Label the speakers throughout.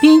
Speaker 1: 编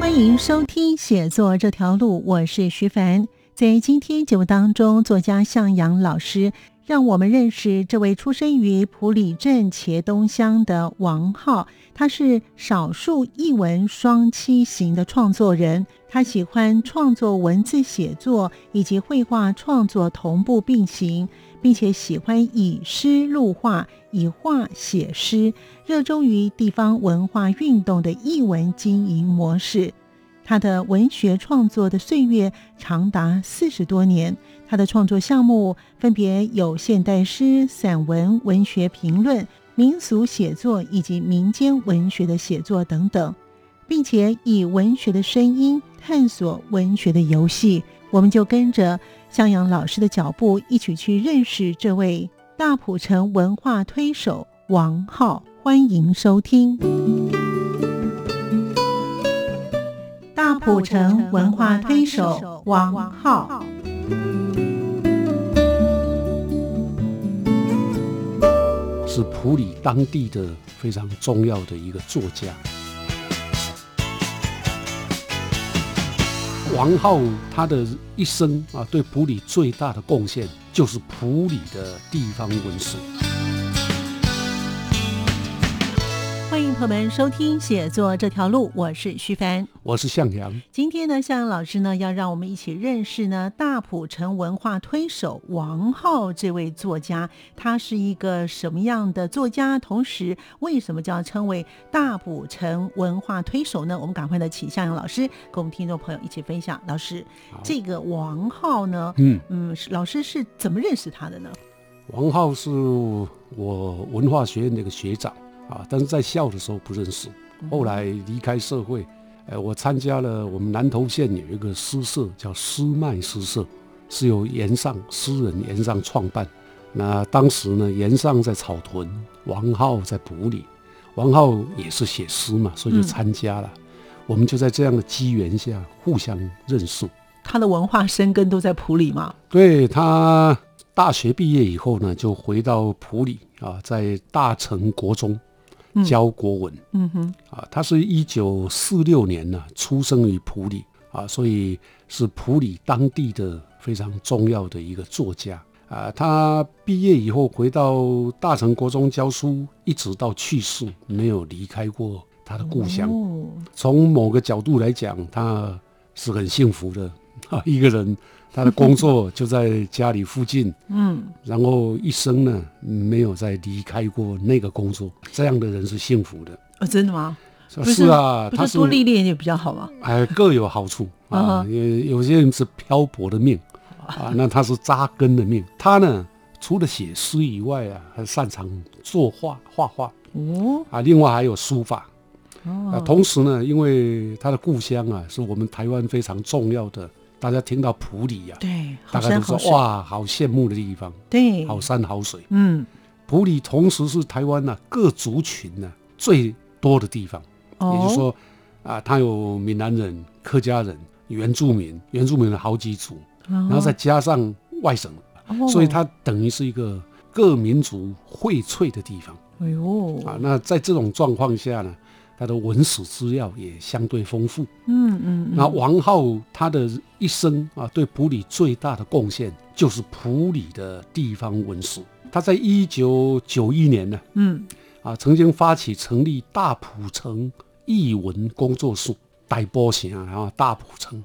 Speaker 2: 欢迎收听《写作这条路》，我是徐凡。在今天节目当中，作家向阳老师让我们认识这位出生于埔里镇茄东乡的王浩，他是少数一文双栖型的创作人。他喜欢创作文字写作以及绘画创作同步并行，并且喜欢以诗入画，以画写诗，热衷于地方文化运动的译文经营模式。他的文学创作的岁月长达四十多年，他的创作项目分别有现代诗、散文、文学评论、民俗写作以及民间文学的写作等等，并且以文学的声音探索文学的游戏。我们就跟着向阳老师的脚步，一起去认识这位大埔城文化推手王浩。欢迎收听。大埔城文化推手王浩，
Speaker 3: 是普里当地的非常重要的一个作家。王浩他的一生啊，对普里最大的贡献就是普里的地方文史。
Speaker 2: 欢迎朋友们收听《写作这条路》，我是徐凡，
Speaker 3: 我是向阳。
Speaker 2: 今天呢，向阳老师呢要让我们一起认识呢大埔城文化推手王浩这位作家，他是一个什么样的作家？同时，为什么叫称为大埔城文化推手呢？我们赶快的请向阳老师跟我们听众朋友一起分享。老师，这个王浩呢，嗯嗯，老师是怎么认识他的呢？
Speaker 3: 王浩是我文化学院的一个学长。啊，但是在校的时候不认识，后来离开社会，呃，我参加了我们南投县有一个诗社，叫诗脉诗社，是由严尚诗人严尚创办。那当时呢，严尚在草屯，王浩在埔里，王浩也是写诗嘛，所以就参加了。嗯、我们就在这样的机缘下互相认识。
Speaker 2: 他的文化生根都在埔里嘛？
Speaker 3: 对他大学毕业以后呢，就回到埔里啊，在大成国中。教国文，嗯哼，啊，他是一九四六年呢、啊，出生于普里啊，所以是普里当地的非常重要的一个作家啊。他毕业以后回到大成国中教书，一直到去世没有离开过他的故乡。
Speaker 2: 哦
Speaker 3: 从某个角度来讲，他是很幸福的 啊，一个人，他的工作就在家里附近， 嗯，然后一生呢没有再离开过那个工作，这样的人是幸福的。
Speaker 2: 哦，真的吗？
Speaker 3: 是啊，他
Speaker 2: 多历练也比较好嘛。
Speaker 3: 哎，各有好 处啊。有有些人是漂泊的 命啊，那他是扎根的命。他呢，除了写诗以外啊，还擅长作画、画画哦啊，另外还有书法。啊，同时呢，因为他的故乡啊，是我们台湾非常重要的，大家听到普里呀、啊，
Speaker 2: 对，
Speaker 3: 大家都说哇，好羡慕的地方，
Speaker 2: 对，
Speaker 3: 好山好水，嗯，普里同时是台湾呢、啊、各族群呢、啊、最多的地方，哦、也就是说，啊，它有闽南人、客家人、原住民，原住民有好几族，哦、然后再加上外省，哦、所以它等于是一个各民族荟萃的地方。
Speaker 2: 哎呦，
Speaker 3: 啊，那在这种状况下呢？他的文史资料也相对丰富，嗯嗯。嗯那王浩他的一生啊，对普里最大的贡献就是普里的地方文史。他在一九九一年呢、啊，嗯，啊，曾经发起成立大埔城译文工作室，大波城啊，大埔城。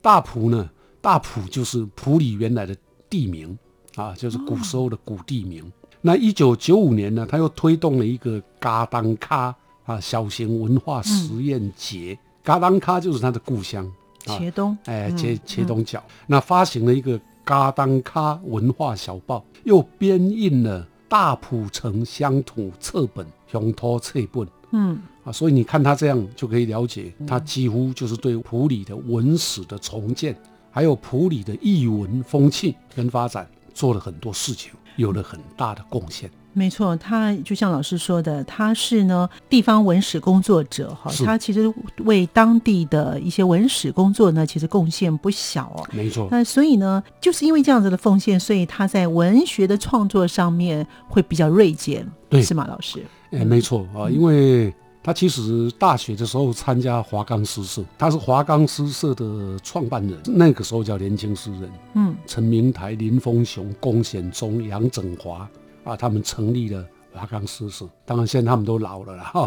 Speaker 3: 大埔呢，大埔就是普里原来的地名啊，就是古时候的古地名。哦、那一九九五年呢，他又推动了一个嘎当卡。啊，小型文化实验节，嘎当卡就是他的故乡，
Speaker 2: 茄东，
Speaker 3: 哎，茄茄东角。那发行了一个嘎当卡文化小报，又编印了大埔城乡土册本乡土册本
Speaker 2: 嗯
Speaker 3: 啊，所以你看他这样就可以了解，他几乎就是对普里的文史的重建，还有普里的艺文风气跟发展做了很多事情，有了很大的贡献。
Speaker 2: 没错，他就像老师说的，他是呢地方文史工作者哈，
Speaker 3: 是
Speaker 2: 他其实为当地的一些文史工作呢，其实贡献不小哦。
Speaker 3: 没错，
Speaker 2: 那所以呢，就是因为这样子的奉献，所以他在文学的创作上面会比较锐减，
Speaker 3: 对
Speaker 2: 是吗，老师？
Speaker 3: 哎，没错啊，因为他其实大学的时候参加华冈诗社，他是华冈诗社的创办人，那个时候叫年轻诗人，
Speaker 2: 嗯，
Speaker 3: 陈明台、林风雄、龚显忠、杨整华啊，他们成立了华冈诗社。当然，现在他们都老了啦，哈、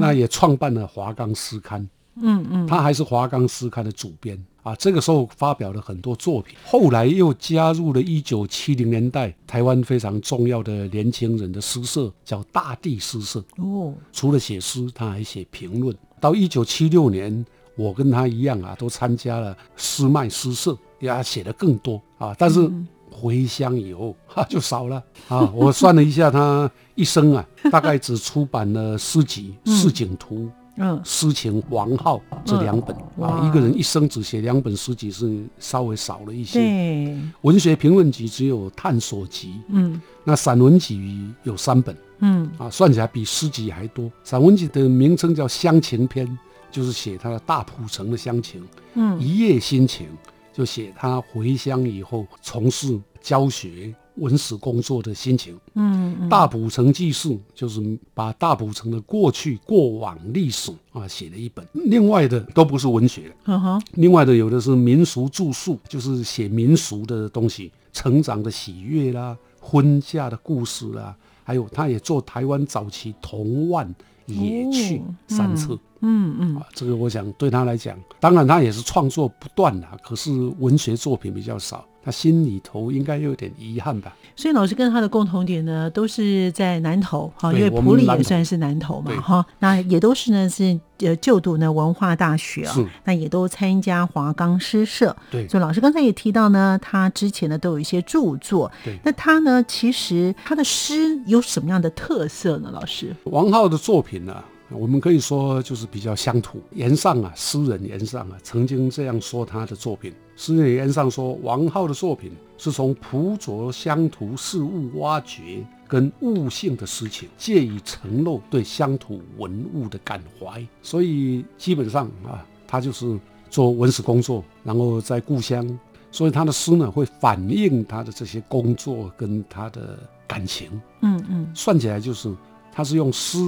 Speaker 3: 那也创办了华冈诗刊。
Speaker 2: 嗯嗯，
Speaker 3: 他还是华冈诗刊的主编啊。这个时候发表了很多作品，后来又加入了一九七零年代台湾非常重要的年轻人的诗社，叫大地诗社。
Speaker 2: 哦，
Speaker 3: 除了写诗，他还写评论。到一九七六年，我跟他一样啊，都参加了诗脉诗社，呀，写的更多啊。但是
Speaker 2: 嗯
Speaker 3: 回乡以后，哈、就少了啊。我算了一下，他一 生啊，大概只出版了诗集《市井图》
Speaker 2: 嗯
Speaker 3: 《诗情王浩》这两本、
Speaker 2: 哇
Speaker 3: 啊。一个人一生只写两本诗集是稍微少了一些。
Speaker 2: 对，
Speaker 3: 文学评论集只有探索集，
Speaker 2: 嗯
Speaker 3: 那散文集有三本。
Speaker 2: 嗯
Speaker 3: 啊，算起来比诗集还多。散文集的名称叫《乡情篇》，就是写他的大浦城的乡情；
Speaker 2: 嗯
Speaker 3: 一夜心情，就写他回乡以后从事教学、文史工作的心情。
Speaker 2: 嗯嗯，
Speaker 3: 大浦城记事就是把大浦城的过去、过往历史啊写了一本。另外的都不是文学，
Speaker 2: 嗯哼，
Speaker 3: 另外的有的是民俗著述，就是写民俗的东西，成长的喜悦啦，婚嫁的故事啦，还有他也做台湾早期童万野趣
Speaker 2: 哦
Speaker 3: 三册、
Speaker 2: 嗯嗯
Speaker 3: 啊，这个我想对他来讲，当然他也是创作不断啦，可是文学作品比较少，他心里头应该有点遗憾吧。
Speaker 2: 所以老师跟他的共同点呢，都是在南投哈，
Speaker 3: 对
Speaker 2: 因为
Speaker 3: 我
Speaker 2: 普
Speaker 3: 们
Speaker 2: 里
Speaker 3: 南
Speaker 2: 也
Speaker 3: 投
Speaker 2: 算是南投嘛
Speaker 3: 对
Speaker 2: 哈，那也都是呢是呃就读呢文化大学啊
Speaker 3: 是，
Speaker 2: 那也都参加华冈诗社。
Speaker 3: 对
Speaker 2: 所以老师刚才也提到呢，他之前呢都有一些著作。
Speaker 3: 对
Speaker 2: 那他呢其实他的诗有什么样的特色呢？老师，
Speaker 3: 王浩的作品呢、我们可以说就是比较乡土。岩上啊，诗人岩上啊，曾经这样说他的作品。诗人岩上说，王浩的作品是从朴拙乡土事物挖掘跟悟性的诗情，借以承露对乡土文物的感怀。所以基本上啊，他就是做文史工作，然后在故乡，所以他的诗呢会反映他的这些工作跟他的感情。
Speaker 2: 嗯嗯
Speaker 3: 算起来就是他是用诗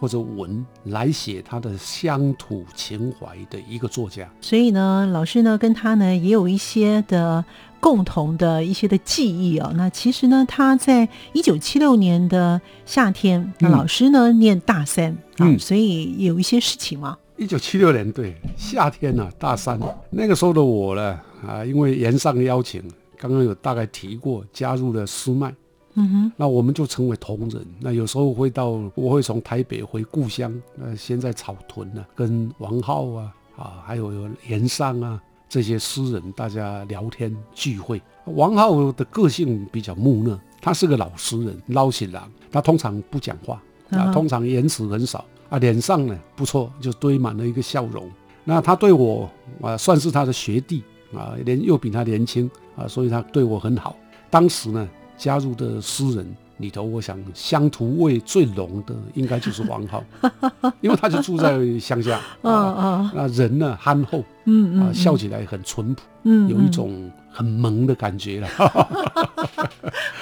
Speaker 3: 或者文来写他的乡土情怀的一个作家。
Speaker 2: 所以呢，老师呢跟他呢也有一些的共同的一些的记忆哦。那其实呢，他在一九七六年的夏天，那
Speaker 3: 嗯
Speaker 2: 老师呢念大三，啊，
Speaker 3: 嗯
Speaker 2: 所以有一些事情嘛，
Speaker 3: 一九七六年，对，夏天呢、大三那个时候的我呢，啊，因为延上邀请，刚刚有大概提过，加入了诗脉。
Speaker 2: 嗯哼，
Speaker 3: 那我们就成为同仁。那有时候会到，我会从台北回故乡，呃，先在草屯啊，跟王浩啊，啊，还有有岩上啊这些诗人，大家聊天聚会。王浩的个性比较木讷，他是个老实人，老实郎，他通常不讲话，
Speaker 2: 嗯
Speaker 3: 啊，
Speaker 2: 哼
Speaker 3: 通常言辞很少，啊，脸上呢不错，就堆满了一个笑容。那他对我啊，算是他的学弟啊，年又比他年轻啊，所以他对我很好。当时呢，加入的诗人里头，我想乡土味最浓的应该就是王浩， 因为他就住在乡下
Speaker 2: 嗯
Speaker 3: 啊，
Speaker 2: 嗯
Speaker 3: 那人呢憨厚
Speaker 2: 嗯
Speaker 3: 啊，
Speaker 2: 嗯，
Speaker 3: 笑起来很淳朴，
Speaker 2: 嗯
Speaker 3: 有一种很萌的感觉了。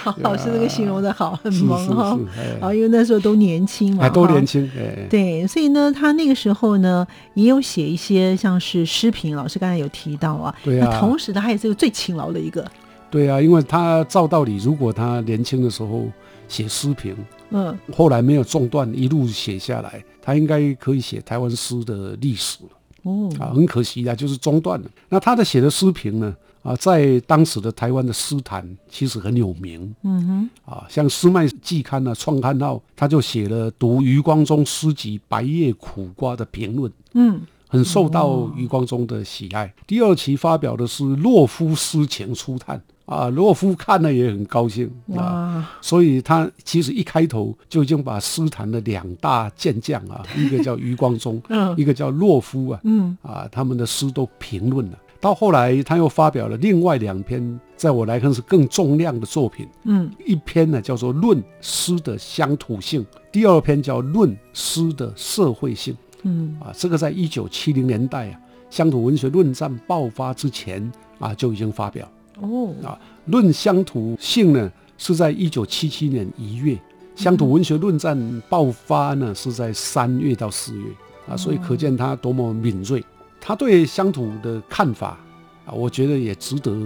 Speaker 2: 好 老师这个形容的好，很萌哈。
Speaker 3: 是是是，
Speaker 2: 啊，因为那时候都年轻
Speaker 3: 哎
Speaker 2: 嘛，
Speaker 3: 哎，都
Speaker 2: 哈
Speaker 3: 年轻，哎，
Speaker 2: 对，所以呢，他那个时候呢，也有写一些像是诗评，老师刚才有提到啊。
Speaker 3: 对
Speaker 2: 那
Speaker 3: 啊
Speaker 2: 同时呢，他也是个最勤劳的一个，
Speaker 3: 对啊，因为他照道理，如果他年轻的时候写诗评，
Speaker 2: 嗯
Speaker 3: 后来没有中断，一路写下来，他应该可以写台湾诗的历史了。
Speaker 2: 哦，
Speaker 3: 啊，很可惜啊，就是中断了。那他的写的诗评呢，啊，在当时的台湾的诗坛其实很有名
Speaker 2: 嗯哼。
Speaker 3: 啊，像《诗脉季刊》啊，《创刊号》，他就写了读余光中诗集《白夜苦瓜》的评论，
Speaker 2: 嗯
Speaker 3: 很受到余光中的喜爱。第二期发表的是《洛夫诗情初探》啊，罗夫看了也很高兴啊，所以他其实一开头就已经把诗坛的两大健将啊，一个叫余光中，一个叫洛夫啊，嗯啊，他们的诗都评论了。到后来，他又发表了另外两篇，在我来看是更重量的作品。嗯，一篇呢叫做《论诗的乡土性》，第二篇叫《论诗的社会性》。嗯，啊，这个在一九七零年代啊，乡土文学论战爆发之前啊就已经发表。
Speaker 2: 嗯
Speaker 3: 哦，啊，《论乡土性》呢是在一九七七年一月，乡土文学论战爆发呢是在三月到四月啊，所以可见他多么敏锐。他对乡土的看法啊，我觉得也值得。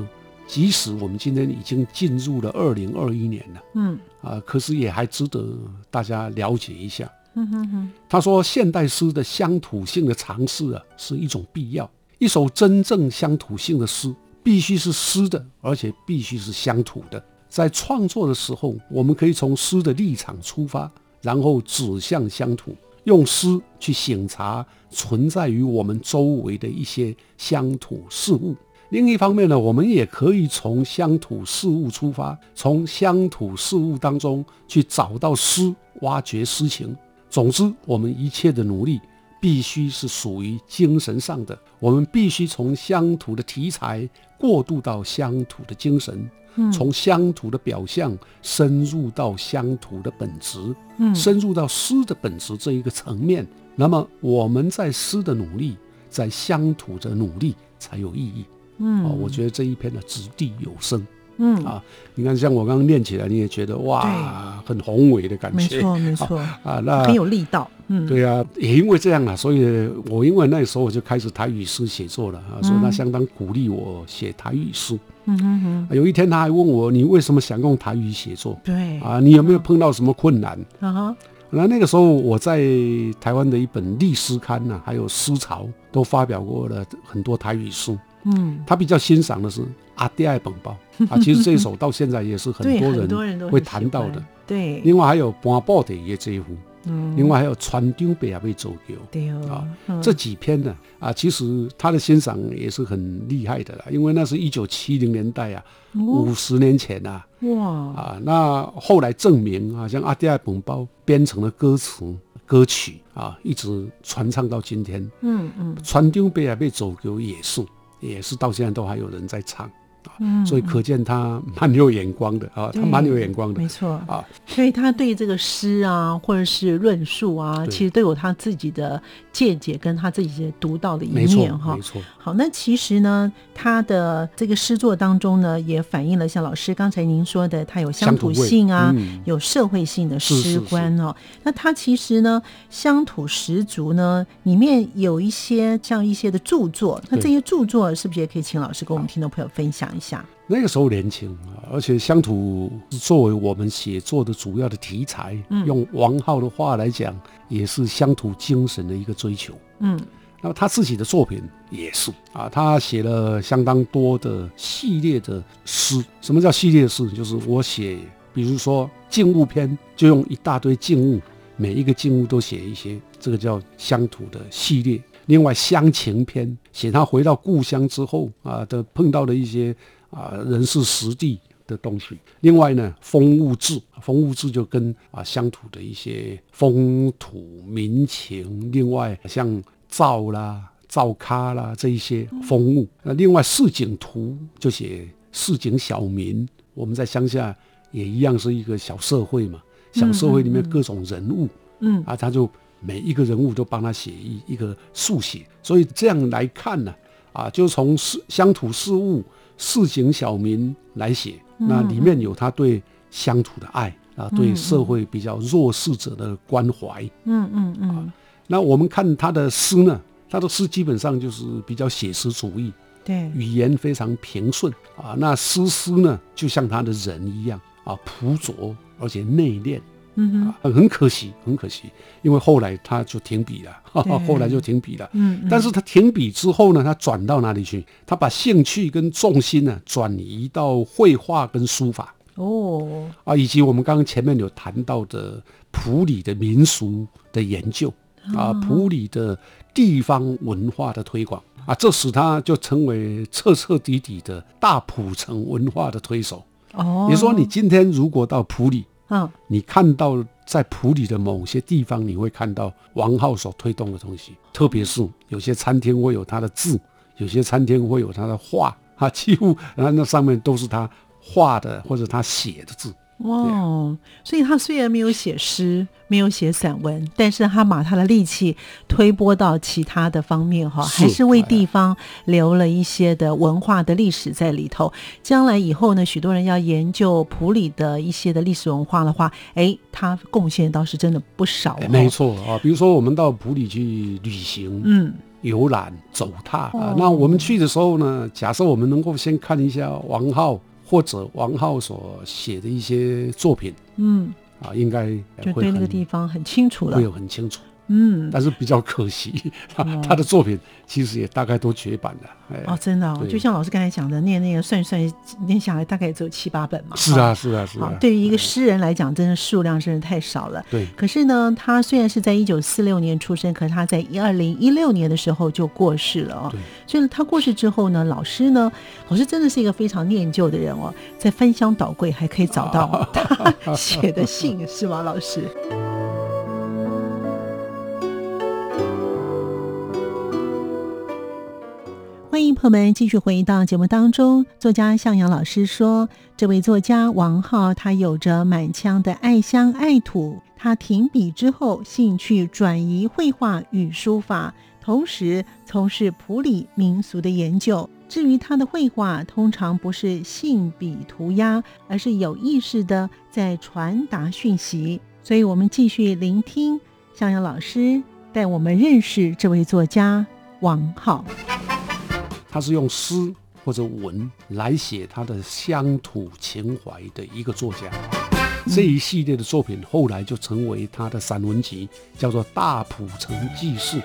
Speaker 3: 即使我们今天已经进入了二零二一年了，嗯啊，可是也还值得大家了解一下。嗯哼哼，他说现代诗的乡土性的尝试啊，是一种必要。一首真正乡土性的诗，必须是诗的，而且必须是乡土的。在创作的时候，我们可以从诗的立场出发，然后指向乡土。用诗去醒察存在于我们周围的一些乡土事物。另一方面呢，我们也可以从乡土事物出发，从乡土事物当中去找到诗，挖掘诗情。总之，我们一切的努力必须是属于精神上的，我们必须从乡土的题材过渡到乡土的精神。从乡土的表象深入到乡土的本质，嗯，深入到诗的本质这一个层面，那么我们在诗的努力，在乡土的努力才有意义。嗯，啊，我觉得这一篇呢掷地有声。嗯啊，你看，像我刚刚念起来，你也觉得哇，很宏伟的感
Speaker 2: 觉，没错没错
Speaker 3: 啊，那
Speaker 2: 很有力道。嗯，
Speaker 3: 对啊，也因为这样啊，所以我因为那时候我就开始台语诗写作了啊，所以他相当鼓励我写台语诗。嗯哼哼、啊，有一天他还问我，你为什么想用台语写作？
Speaker 2: 对
Speaker 3: 啊，你有没有碰到什么困难？啊哈。那那个时候，我在台湾的一本历史刊呢、啊，还有诗潮都发表过了很多台语诗。嗯，他比较欣赏的是《阿弟爱本包》啊，其实这一首到现在也是 很多人会谈到的。
Speaker 2: 对，
Speaker 3: 另外还有《半报的也这一幅，嗯，另外还有《船丢北也被走丢》。
Speaker 2: 对哦，
Speaker 3: 啊，这几篇呢，啊，其实他的欣赏也是很厉害的啦，因为那是一九七零年代啊，
Speaker 2: 哦
Speaker 3: 五十年前啊，哇，啊，那后来证明啊，像《阿弟爱本包》编成了歌词。歌曲啊，一直传唱到今天。嗯嗯，船丢北也被走丢也是。也是到现在都还有人在唱啊，嗯、所以可见他蛮有眼光的啊，他蛮有眼光的，
Speaker 2: 没错啊。所以他对这个诗啊，或者是论述啊，其实都有他自己的见解跟他自己独到的一面
Speaker 3: 哈。没错。
Speaker 2: 好，那其实呢，他的这个诗作当中呢，也反映了像老师刚才您说的，他有乡土性啊，嗯、有社会性的诗观哦。是是是那他其实呢，乡土十足呢，里面有一些像一些的著作，那这些著作。是不是也可以请老师跟我们听众朋友分享一下？
Speaker 3: 那个时候年轻啊，而且乡土作为我们写作的主要的题材，嗯、用王浩的话来讲，也是乡土精神的一个追求。嗯，那么他自己的作品也是啊，他写了相当多的系列的诗。什么叫系列诗？就是我写，比如说《静物篇》，就用一大堆静物，每一个静物都写一些，这个叫乡土的系列。另外，乡情篇写他回到故乡之后啊的碰到的一些啊人事实地的东西。另外呢，风物志，风物志就跟啊乡土的一些风土民情。另外，像灶啦、灶咖啦这一些风物。那另外，市井图就写市井小民。我们在乡下也一样是一个小社会嘛，小社会里面各种人物，嗯、嗯嗯、啊，他就。每一个人物都帮他写一一个速写，所以这样来看呢、啊，啊，就从事乡土事务、市井小民来写，那里面有他对乡土的爱啊，对社会比较弱势者的关怀。嗯嗯嗯、啊。那我们看他的诗呢，他的诗基本上就是比较写实主义，
Speaker 2: 对，
Speaker 3: 语言非常平顺啊。那诗诗呢，就像他的人一样啊，朴拙而且内敛。嗯哼、啊，很可惜，很可惜，因为后来他就停笔了，哈哈后来就停笔了。嗯,嗯，但是他停笔之后呢，他转到哪里去？他把兴趣跟重心呢、啊、转移到绘画跟书法。哦，啊，以及我们刚刚前面有谈到的普里的民俗的研究啊，普里的地方文化的推广。啊，这使他就成为彻彻底底的大浦城文化的推手。
Speaker 2: 哦，
Speaker 3: 你说你今天如果到普里，
Speaker 2: 嗯
Speaker 3: 你看到在普里的某些地方，你会看到王浩所推动的东西，特别是有些餐厅会有他的字，有些餐厅会有他的画，啊，几乎然后那上面都是他画的或者他写的字。
Speaker 2: 哇哦，所以他虽然没有写诗，没有写散文，但是他把他的力气推播到其他的方面哈，
Speaker 3: 是
Speaker 2: 还是为地方留了一些的文化的历史在里头。将来以后呢，许多人要研究普里的一些的历史文化的话，哎，他贡献倒是真的不少、哦
Speaker 3: 哎，没，错啊，比如说我们到普里去旅行，
Speaker 2: 嗯，
Speaker 3: 游览、走踏、
Speaker 2: 哦
Speaker 3: 啊。那我们去的时候呢，假设我们能够先看一下王浩或者王浩所写的一些作品，
Speaker 2: 嗯，
Speaker 3: 啊，应该
Speaker 2: 就
Speaker 3: 会
Speaker 2: 对那
Speaker 3: 很
Speaker 2: 个地方很清楚了
Speaker 3: 会，有很清楚。
Speaker 2: 嗯，
Speaker 3: 但是比较可惜，他
Speaker 2: 哦
Speaker 3: 他的作品其实也大概都绝版了。哎，
Speaker 2: 哦，真的、哦，
Speaker 3: 对
Speaker 2: 就像老师刚才讲的，念那个算一算念下来大概也只有七八本嘛，
Speaker 3: 是啊，是啊，是
Speaker 2: 好
Speaker 3: 啊，。
Speaker 2: 对于一个诗人来讲，真的数量真的太少了。
Speaker 3: 对
Speaker 2: 可是呢，他虽然是在一九四六年出生，可是他在一二零一六年的时候就过世了哦
Speaker 3: 对。
Speaker 2: 所以他过世之后呢，老师呢，老师真的是一个非常念旧的人哦，在翻箱倒柜还可以找
Speaker 3: 啊
Speaker 2: 到他 写的信，是吗？老师，欢迎朋友们继续回到节目当中。作家向阳老师说，这位作家王浩，他有着满腔的爱乡爱土。他停笔之后，兴趣转移绘画与书法，同时从事普里民俗的研究。至于他的绘画，通常不是信笔涂鸦，而是有意识的在传达讯息。所以，我们继续聆听向阳老师带我们认识这位作家王浩。
Speaker 3: 他是用诗或者文来写他的乡土情怀的一个作家。这一系列的作品后来就成为他的散文集，叫做《大浦城记事》。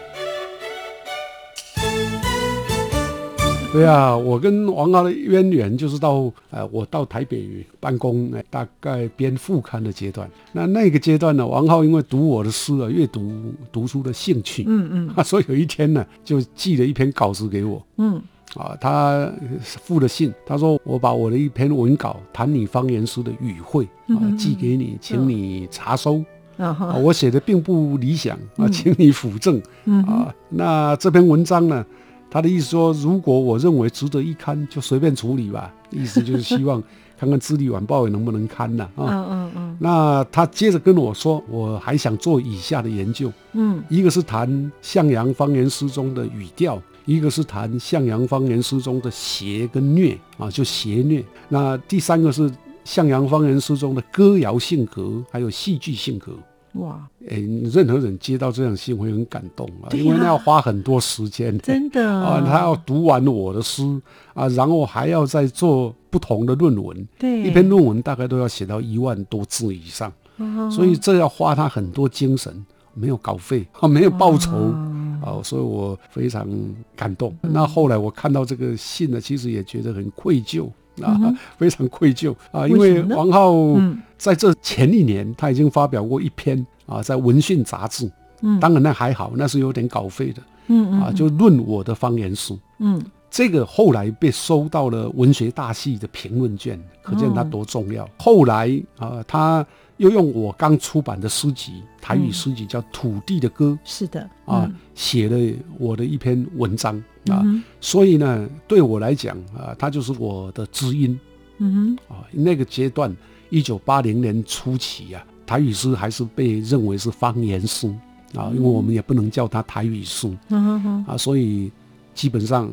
Speaker 3: 对啊，我跟王浩的渊源就是到呃，我到台北办公，呃、大概编副刊的阶段。那那个阶段呢，王浩因为读我的诗啊，阅读读书的兴趣，
Speaker 2: 嗯嗯
Speaker 3: 啊，所以有一天呢，就寄了一篇稿子给我。
Speaker 2: 嗯，
Speaker 3: 啊，他呃附了信，他说我把我的一篇文稿《谈你方言诗的语汇》
Speaker 2: 嗯
Speaker 3: 啊
Speaker 2: 哼
Speaker 3: 寄给你，请你查收。
Speaker 2: 然
Speaker 3: 啊，
Speaker 2: 后
Speaker 3: 我写的并不理想啊，
Speaker 2: 嗯
Speaker 3: 请你辅正
Speaker 2: 嗯哼
Speaker 3: 啊。那这篇文章呢，他的意思说，如果我认为值得一刊，就随便处理吧。意思就是希望 看看《智利晚报》也能不能刊呐啊。
Speaker 2: 嗯嗯
Speaker 3: 那他接着跟我说，我还想做以下的研究，
Speaker 2: 嗯
Speaker 3: 一个是谈向阳方言诗中的语调，一个是谈向阳方言诗中的邪跟虐啊，就邪虐。那第三个是向阳方言诗中的歌谣性格，还有戏剧性格。
Speaker 2: 嗯， 哇，
Speaker 3: 诶，任何人接到这样信会很感动啊，
Speaker 2: 对呀
Speaker 3: 因为那要花很多时间。
Speaker 2: 真的
Speaker 3: 啊，他要读完我的诗啊，然后还要再做不同的论文，
Speaker 2: 对
Speaker 3: 一篇论文大概都要写到一万多字以上。
Speaker 2: 哦
Speaker 3: 所以这要花他很多精神，没有稿费 啊，没有报酬
Speaker 2: 哦
Speaker 3: 啊，所以我非常感动。
Speaker 2: 嗯
Speaker 3: 那后来我看到这个信呢，其实也觉得很愧疚啊， 非常愧疚啊，因
Speaker 2: 嗯为
Speaker 3: 为
Speaker 2: 什么呢
Speaker 3: 王浩
Speaker 2: 嗯
Speaker 3: 在这前一年他已经发表过一篇啊，在《文讯》杂志，
Speaker 2: 嗯
Speaker 3: 当然那还好，那是有点稿费的
Speaker 2: 嗯嗯
Speaker 3: 啊，就论我的方言书。
Speaker 2: 嗯
Speaker 3: 这个后来被收到了文学大系的评论卷，可
Speaker 2: 哦
Speaker 3: 见它多重要。后来啊、他又用我刚出版的诗集，台语诗集叫《土地的歌
Speaker 2: 是的》
Speaker 3: 啊，
Speaker 2: 嗯
Speaker 3: 写了我的一篇文章啊。
Speaker 2: 嗯哼
Speaker 3: 所以呢，对我来讲啊，它就是我的知音
Speaker 2: 嗯
Speaker 3: 啊。那个阶段，一九八零年初期啊，台语诗还是被认为是方言诗啊，因为我们也不能叫它台语诗。
Speaker 2: 哼嗯哼
Speaker 3: 啊，所以基本上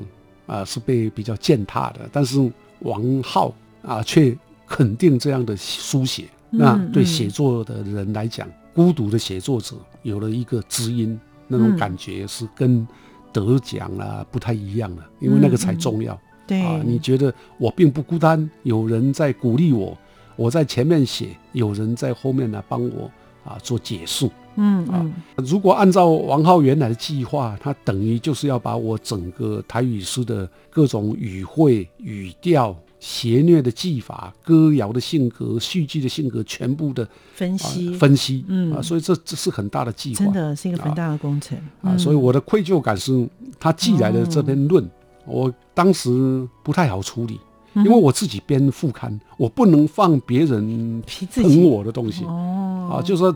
Speaker 3: 啊是被比较践踏的。但是王浩啊却肯定这样的书写，那
Speaker 2: 嗯
Speaker 3: 对
Speaker 2: 嗯
Speaker 3: 写作的人来讲，孤独的写作者有了一个知音，那
Speaker 2: 嗯
Speaker 3: 种感觉是跟得奖啊不太一样的，因为那个才重要、
Speaker 2: 嗯对
Speaker 3: 啊。你觉得我并不孤单，有人在鼓励我，我在前面写，有人在后面来帮我啊做解释。
Speaker 2: 嗯
Speaker 3: 啊
Speaker 2: 嗯
Speaker 3: 如果按照王浩原来的计划，他等于就是要把我整个台语诗的各种语汇、语调、邪虐的技法、歌谣的性格、戏剧的性格全部的、
Speaker 2: 分
Speaker 3: 啊
Speaker 2: 析
Speaker 3: 分析，
Speaker 2: 嗯
Speaker 3: 啊，所以这这是很大的计划，
Speaker 2: 真的是一个很大的工程
Speaker 3: 啊，所以我的愧疚感是他寄来的这篇论，
Speaker 2: 哦
Speaker 3: 我当时不太好处理，
Speaker 2: 嗯
Speaker 3: 因为我自己编副刊，我不能放别人
Speaker 2: 批自
Speaker 3: 捧
Speaker 2: 己
Speaker 3: 我的东西
Speaker 2: 哦
Speaker 3: 啊，就说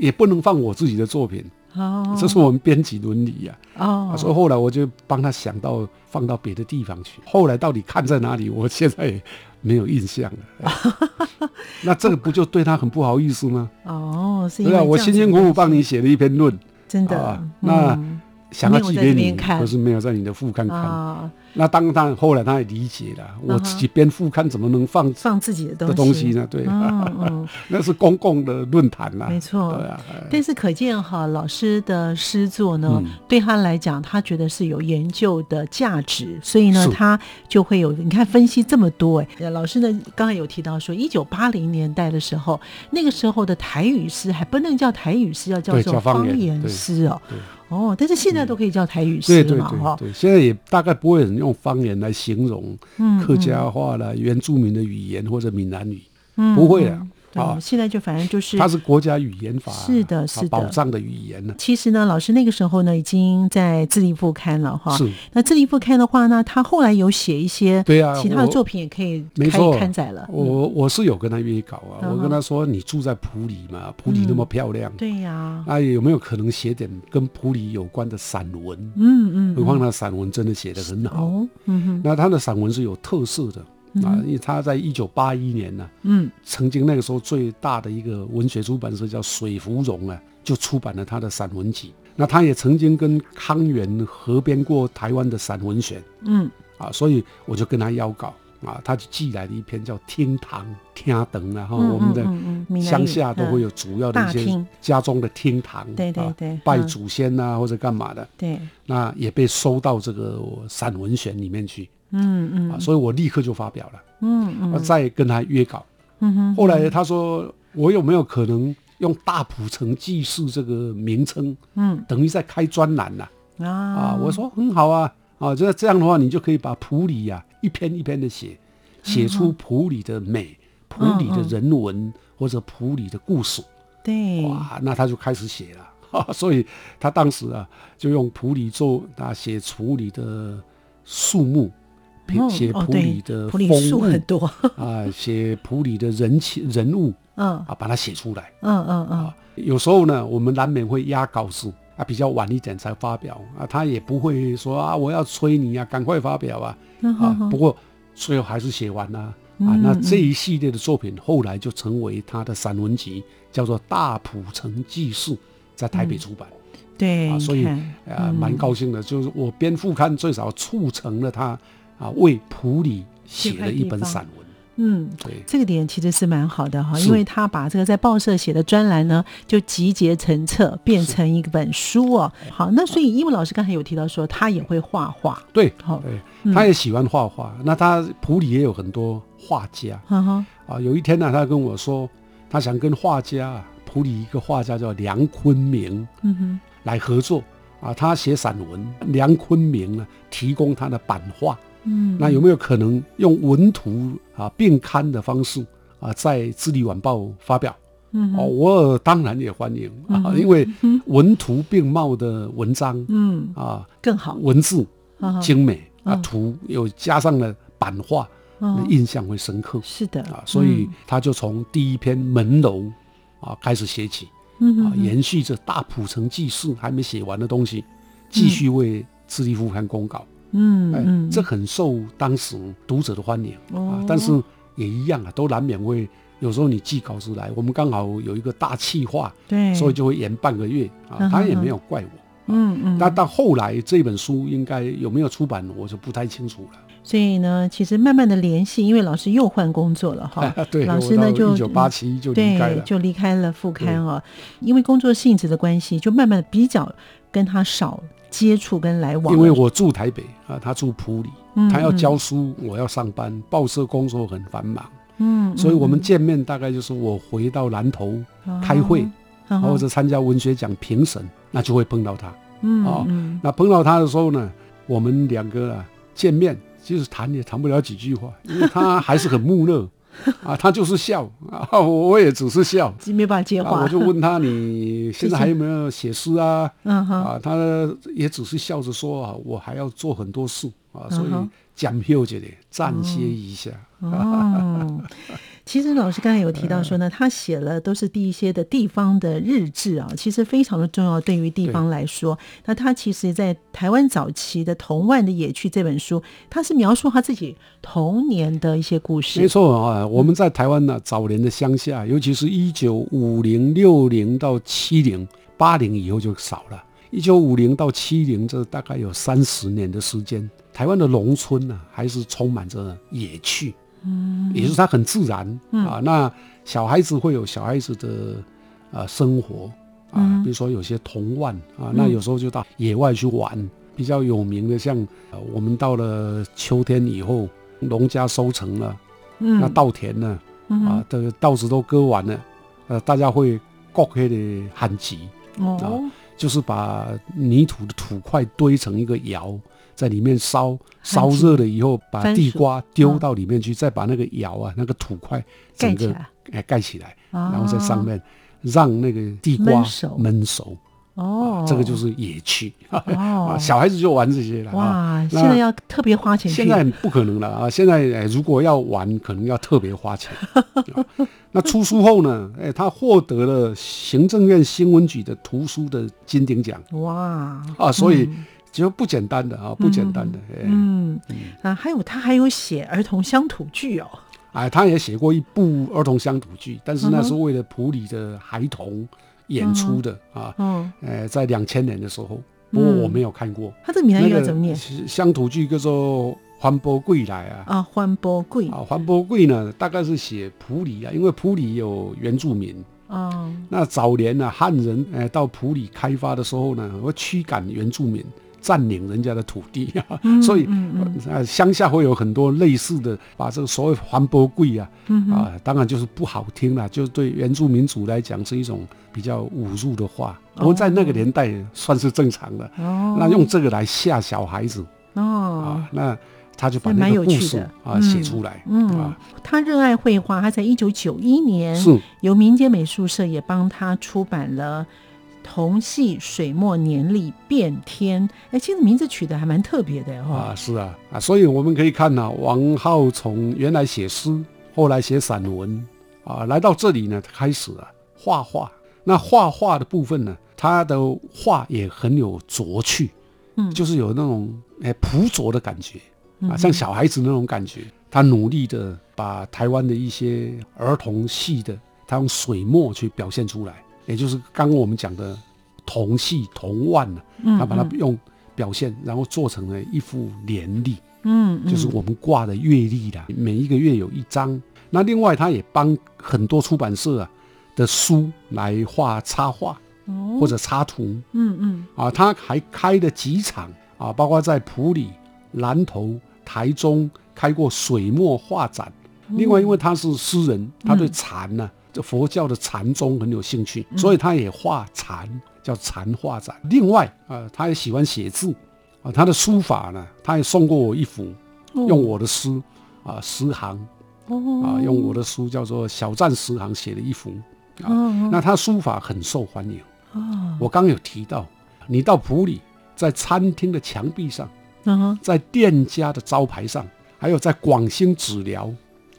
Speaker 3: 也不能放我自己的作品，
Speaker 2: 哦
Speaker 3: 这是我们编辑伦理呀、啊。
Speaker 2: 哦，
Speaker 3: 所以后来我就帮他想到放到别的地方去，后来到底看在哪里，我现在也没有印象了。哎 那这个不就对他很不好意思吗？
Speaker 2: 哦，是因
Speaker 3: 对
Speaker 2: 为
Speaker 3: 啊，我
Speaker 2: 这样
Speaker 3: 辛
Speaker 2: 子
Speaker 3: 辛苦
Speaker 2: 的
Speaker 3: 苦
Speaker 2: 关
Speaker 3: 帮
Speaker 2: 系
Speaker 3: 你，写了一篇论，
Speaker 2: 真的、
Speaker 3: 啊那
Speaker 2: 嗯
Speaker 3: 想要
Speaker 2: 没有
Speaker 3: 寄
Speaker 2: 在
Speaker 3: 给
Speaker 2: 这边
Speaker 3: 你，
Speaker 2: 看
Speaker 3: 可是没有在你的副刊看。
Speaker 2: 啊，
Speaker 3: 那当然，后来他也理解了，我自己编副刊怎么能放
Speaker 2: 放自己的东西
Speaker 3: 的东西呢？对，啊
Speaker 2: 嗯
Speaker 3: 那是公共的论坛呐，
Speaker 2: 没错
Speaker 3: 对啊，哎
Speaker 2: 但是可见哈，老师的诗作呢，
Speaker 3: 嗯
Speaker 2: 对他来讲，他觉得是有研究的价值，所以呢
Speaker 3: 是，
Speaker 2: 他就会有你看分析这么多。哎呃老师呢，刚才有提到说，一九八零年代的时候，那个时候的台语诗还不能叫台语诗，要叫
Speaker 3: 对
Speaker 2: 做
Speaker 3: 叫方言
Speaker 2: 言
Speaker 3: 对
Speaker 2: 诗哦
Speaker 3: 对。
Speaker 2: 哦，但是现在都可以叫台语诗了
Speaker 3: 对对
Speaker 2: 嘛，
Speaker 3: 对
Speaker 2: 哈。
Speaker 3: 对，现在也大概不会有人用方言来形容
Speaker 2: 嗯
Speaker 3: 客家话啦、原住民的语言或者闽南语，
Speaker 2: 嗯
Speaker 3: 不会了
Speaker 2: 对
Speaker 3: 啊，
Speaker 2: 现在就反正就是
Speaker 3: 它是国家语言法
Speaker 2: 是的
Speaker 3: 啊
Speaker 2: 是的
Speaker 3: 保障的语言啊呢，
Speaker 2: 其实呢，老师那个时候呢，已经在《智利副刊》了哈。
Speaker 3: 是
Speaker 2: 那《智利副刊》的话呢，他后来有写一些
Speaker 3: 对啊
Speaker 2: 其他的
Speaker 3: 我
Speaker 2: 作品，也可以
Speaker 3: 没
Speaker 2: 开
Speaker 3: 错
Speaker 2: 刊载了。嗯
Speaker 3: 我我是有跟他约稿啊，
Speaker 2: 嗯
Speaker 3: 我跟他说你住在普里嘛，普里那么漂亮，
Speaker 2: 对呀，
Speaker 3: 那有没有可能写点跟普里有关的散文？
Speaker 2: 嗯嗯，
Speaker 3: 何况他的散文真的写得很好，
Speaker 2: 哦，嗯哼，
Speaker 3: 那他的散文是有特色的啊，因为他在一九八一年呢、
Speaker 2: 嗯
Speaker 3: 曾经那个时候最大的一个文学出版社叫水芙蓉啊，就出版了他的散文集。那他也曾经跟康源合编过台湾的散文选
Speaker 2: 嗯，
Speaker 3: 啊，所以我就跟他邀稿啊，他就寄来了一篇叫《厅堂》厅等啊，哈、
Speaker 2: 嗯
Speaker 3: 我们
Speaker 2: 嗯嗯嗯
Speaker 3: 的
Speaker 2: 闽南语
Speaker 3: 乡下都会有主要的一
Speaker 2: 嗯大
Speaker 3: 些
Speaker 2: 厅
Speaker 3: 家中的厅堂，
Speaker 2: 对对对
Speaker 3: 啊
Speaker 2: 嗯，
Speaker 3: 拜祖先呐、或者干嘛的，
Speaker 2: 对，
Speaker 3: 那也被收到这个散文选里面去
Speaker 2: 嗯嗯
Speaker 3: 啊，所以我立刻就发表了。
Speaker 2: 嗯嗯
Speaker 3: 我再跟他约稿。
Speaker 2: 嗯哼，
Speaker 3: 后来他说，我有没有可能用大浦城记事这个名称，
Speaker 2: 嗯，
Speaker 3: 等于在开专栏呐、啊？
Speaker 2: 啊，
Speaker 3: 我说很好啊，啊，这这样的话，你就可以把普里呀、一篇一篇的
Speaker 2: 嗯
Speaker 3: 写，写出普里的美、普里的人
Speaker 2: 嗯
Speaker 3: 文或者普里的故事。
Speaker 2: 对，
Speaker 3: 哇，那他就开始写了。 所以他当时啊，就用普里做啊写普里的树木，
Speaker 2: 嗯
Speaker 3: 写
Speaker 2: 哦
Speaker 3: 普
Speaker 2: 对
Speaker 3: 里的
Speaker 2: 普里
Speaker 3: 风
Speaker 2: 树
Speaker 3: 物
Speaker 2: 很多，
Speaker 3: 啊，写普里的人情人物
Speaker 2: 嗯
Speaker 3: 啊，把它写出来
Speaker 2: 嗯嗯嗯
Speaker 3: 啊。有时候呢，我们难免会压稿子啊，比较晚一点才发表啊，他也不会说啊，我要催你啊，赶快发表啊
Speaker 2: 嗯哼嗯
Speaker 3: 啊。不过最后还是写完了啊。那这一系列的作品后来就成为他的散文集，叫做《大浦城记事》，在台
Speaker 2: 嗯
Speaker 3: 北出版。
Speaker 2: 对，
Speaker 3: 啊，
Speaker 2: 你
Speaker 3: 所以
Speaker 2: 看
Speaker 3: 呃蛮高兴的，就是我编副刊最少促成了他啊为普里写了一本散文，
Speaker 2: 嗯，
Speaker 3: 对，
Speaker 2: 这个点其实是蛮好的哈，
Speaker 3: 是
Speaker 2: 因为他把这个在报社写的专栏呢，就集结成册，变成一本书哦。好，那所以因为老师刚才有提到说，他也会画画，
Speaker 3: 对，
Speaker 2: 好嗯
Speaker 3: 对，他也喜欢画画，那他普里也有很多画家
Speaker 2: 哈哈，
Speaker 3: 啊。有一天呢、他跟我说，他想跟画家啊普里一个画家叫梁坤明
Speaker 2: 嗯哼，
Speaker 3: 来合作啊，他写散文，梁坤明呢提供他的版画，
Speaker 2: 嗯，
Speaker 3: 那有没有可能用文图啊并刊的方式啊，在《智利晚报》发表？
Speaker 2: 嗯
Speaker 3: 哦，我当然也欢迎啊，因为文图并茂的文章
Speaker 2: 嗯，
Speaker 3: 啊，
Speaker 2: 更好，
Speaker 3: 文字
Speaker 2: 哈哈，
Speaker 3: 精美啊，
Speaker 2: 嗯
Speaker 3: 图又加上了版画，
Speaker 2: 嗯
Speaker 3: 印象会深刻
Speaker 2: 是的
Speaker 3: 啊，所以
Speaker 2: 嗯
Speaker 3: 他就从第一篇《门楼》啊开始写起
Speaker 2: 嗯
Speaker 3: 啊，
Speaker 2: 哼
Speaker 3: 延续着大浦城记事还没写完的东西，继续为《智利副刊》公稿。
Speaker 2: 嗯
Speaker 3: 哎
Speaker 2: 嗯，，
Speaker 3: 这很受当时读者的欢迎
Speaker 2: 哦
Speaker 3: 啊。但是也一样啊，都难免会有时候你寄稿子来，我们刚好有一个大气化，
Speaker 2: 对，
Speaker 3: 所以就会延半个月
Speaker 2: 哎
Speaker 3: 啊
Speaker 2: 嗯。
Speaker 3: 他也没有怪我。
Speaker 2: 嗯嗯，
Speaker 3: 那到后来这本书应该有没有出版，我就不太清楚了。，
Speaker 2: 所以呢，其实慢慢的联系，因为老师又换工作了哈
Speaker 3: 对，
Speaker 2: 老师呢就
Speaker 3: 一九八七就离开
Speaker 2: 对，
Speaker 3: 了。
Speaker 2: 就离开了副刊哦，因为工作性质的关系，就慢慢地比较跟他少接触跟来往了。
Speaker 3: 因为我住台北啊，他住埔里
Speaker 2: 嗯，
Speaker 3: 他要教书，我要上班，报社工作很繁忙，
Speaker 2: 嗯，哦
Speaker 3: 所以我们见面大概就是我回到南投开会，
Speaker 2: 然
Speaker 3: 或者参加文学奖评审，那就会碰到他。
Speaker 2: 嗯
Speaker 3: 哦
Speaker 2: 嗯
Speaker 3: 那碰到他的时候呢，我们两个啊见面，就是谈也谈不了几句话，因为他还是很木讷啊，他就是笑啊，我也只是笑，
Speaker 2: 没办法接话。
Speaker 3: 啊我就问他你现在还有没有写诗啊？
Speaker 2: 嗯哼，
Speaker 3: 啊，他也只是笑着说啊，我还要做很多事啊，所
Speaker 2: 嗯
Speaker 3: 以
Speaker 2: 哼
Speaker 3: 讲究这里暂歇一下。
Speaker 2: 哦， 其实老师刚才有提到说呢，
Speaker 3: 嗯
Speaker 2: 他写了都是第一些的地方的日志啊，其实非常的重要，对于地方来说。那他其实，在台湾早期的《童万的野趣》这本书，他是描述他自己童年的一些故
Speaker 3: 没
Speaker 2: 事。
Speaker 3: 错啊，我们在台湾呢、早年的乡下，尤其是一九五零、六零到七零、八零以后就少了。一九五零到七零，这大概有三十年的时间，台湾的农村呢、还是充满着野趣，嗯，也就是它很自然、啊。那小孩子会有小孩子的呃生活啊，比如说有些童玩啊，那有时候就到野外去玩。比较有名的，像、呃、我们到了秋天以后，农家收成了，那
Speaker 2: 嗯
Speaker 3: 稻田呢，啊，这个稻子都割完了，呃，大家会割开的旱集，
Speaker 2: 哦，
Speaker 3: 就是把泥土的土块堆成一个窑，在里面烧，烧热了以后，把
Speaker 2: 番薯
Speaker 3: 地瓜丢到里面去，再把那个窑啊，那个土块
Speaker 2: 嗯盖
Speaker 3: 整
Speaker 2: 起
Speaker 3: 个
Speaker 2: 来，啊
Speaker 3: 哎盖起来，
Speaker 2: 然
Speaker 3: 然后在上面让那个地瓜
Speaker 2: 焖熟
Speaker 3: 焖熟，
Speaker 2: 哦
Speaker 3: 啊，这个就是野趣
Speaker 2: 哦
Speaker 3: 啊，，小孩子就玩这些了啊。
Speaker 2: 哇，现
Speaker 3: 那
Speaker 2: 在要特别花钱去，
Speaker 3: 现在很不可能了啊！现在、哎如果要玩，可能要特别 花钱。啊那出书后呢？哎，他获得了行政院新闻局的图书的金鼎奖
Speaker 2: 哇，
Speaker 3: 啊，所以就不简单的啊，不简单的。哎，
Speaker 2: 嗯啊，还有他还有写儿童乡土剧哦，
Speaker 3: 哎，他也写过一部儿童乡土剧，但是
Speaker 2: 嗯
Speaker 3: 那
Speaker 2: 哼
Speaker 3: 是为了普里的孩童演出的啊。
Speaker 2: 嗯。
Speaker 3: 哎，在两千年的时候，不过我没有看过。
Speaker 2: 他这闽南
Speaker 3: 那
Speaker 2: 语要
Speaker 3: 个
Speaker 2: 怎么念
Speaker 3: 乡土剧叫做《环波归来》啊。
Speaker 2: 啊？欢波贵
Speaker 3: 啊，环波贵呢，大概是写普里啊，因为普里有原住民。
Speaker 2: 啊，
Speaker 3: 那早年呢、汉人呃到普里开发的时候呢，会驱赶原住民，占领人家的土地啊，
Speaker 2: 嗯
Speaker 3: 所以呃乡下会有很多类似的，把这个所谓环波贵啊，
Speaker 2: 嗯
Speaker 3: 啊，当然就是不好听啦，就是对原住民族来讲是一种比较侮辱的话。不过在那个年代算是正常的，
Speaker 2: 哦
Speaker 3: 那用这个来吓小孩子
Speaker 2: 哦
Speaker 3: 啊，，那他就把
Speaker 2: 那蛮
Speaker 3: 那个
Speaker 2: 有
Speaker 3: 故
Speaker 2: 趣
Speaker 3: 事
Speaker 2: 的
Speaker 3: 啊写出来，
Speaker 2: 嗯
Speaker 3: 啊，
Speaker 2: 他热爱绘画，他在一九九一年
Speaker 3: 是。
Speaker 2: 由民间美术社也帮他出版了。童戏水墨年历变天，哎，其实名字取得还蛮特别的哦。
Speaker 3: 啊，是啊，啊，所以我们可以看呢、王浩从原来写诗，后来写散文，啊，来到这里呢，开始啊画画。那画画的部分呢，他的画也很有拙趣，
Speaker 2: 嗯
Speaker 3: 就是有那种哎朴拙的感觉啊，像小孩子那种感觉。他努力的把台湾的一些儿童戏的，他用水墨去表现出来，也就是刚刚我们讲的童戏童腕啊呢、
Speaker 2: 嗯
Speaker 3: 他把它用表现，然后做成了一幅联历，
Speaker 2: 嗯，
Speaker 3: 就是我们挂的月历啦，每一个月有一张。那另外，他也帮很多出版社啊的书来画插画
Speaker 2: 哦
Speaker 3: 或者插图
Speaker 2: 嗯嗯
Speaker 3: 啊，他还开了几场啊，包括在埔里、南投、台中开过水墨画展。另外，因为他是诗人，他对禅呢、这佛教的禅宗很有兴趣，所以他也画禅，叫禅画展。另外啊、呃他也喜欢写字啊、他的书法呢，他也送过我一幅，用我的诗啊、十行
Speaker 2: 哦
Speaker 3: 啊、用我的书叫做《小站十行》写了一幅啊、
Speaker 2: 哦
Speaker 3: 那他书法很受欢迎。
Speaker 2: 哦，
Speaker 3: 我刚有提到，你到普里，在餐厅的墙壁上，
Speaker 2: 嗯哼
Speaker 3: 在店家的招牌上，还有在广兴纸寮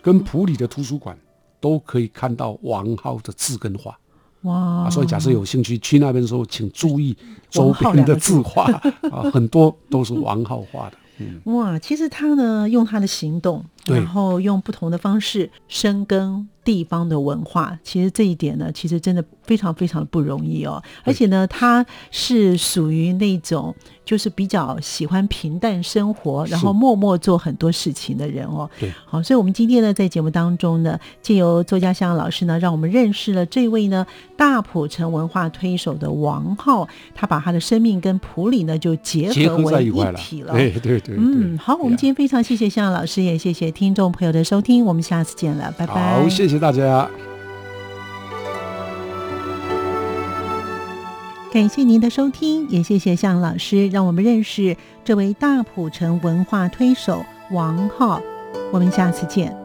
Speaker 3: 跟普里的图书馆，都可以看到王浩的字跟画
Speaker 2: 哇
Speaker 3: 啊。，所以，假设
Speaker 2: 哦
Speaker 3: 有兴趣去那边的时候，请注意周边的字画啊，很多都是王浩画的。嗯，
Speaker 2: 哇，其实他呢，用他的行动，
Speaker 3: 对
Speaker 2: 然后用不同的方式深耕地方的文化，其实这一点呢，其实真的非常非常不容易哦。而且呢，他是属于那种就是比较喜欢平淡生活，然后默默做很多事情的人哦。
Speaker 3: 对
Speaker 2: 好，所以我们今天呢，在节目当中呢，借由作家向老师呢，让我们认识了这位呢大埔城文化推手的王浩，他把他的生命跟普里呢就结
Speaker 3: 结
Speaker 2: 合
Speaker 3: 合在
Speaker 2: 为
Speaker 3: 一
Speaker 2: 一
Speaker 3: 块了哎
Speaker 2: 体，了。哦
Speaker 3: 对对对对。
Speaker 2: 嗯，好，我们今天
Speaker 3: 对
Speaker 2: 非常谢谢向阳老师，也谢谢听众朋友的收听，我们下次见了，拜拜。
Speaker 3: 好，谢谢大家。
Speaker 2: 感谢您的收听，也谢谢向老师，让我们认识这位大埔城文化推手王浩。我们下次见。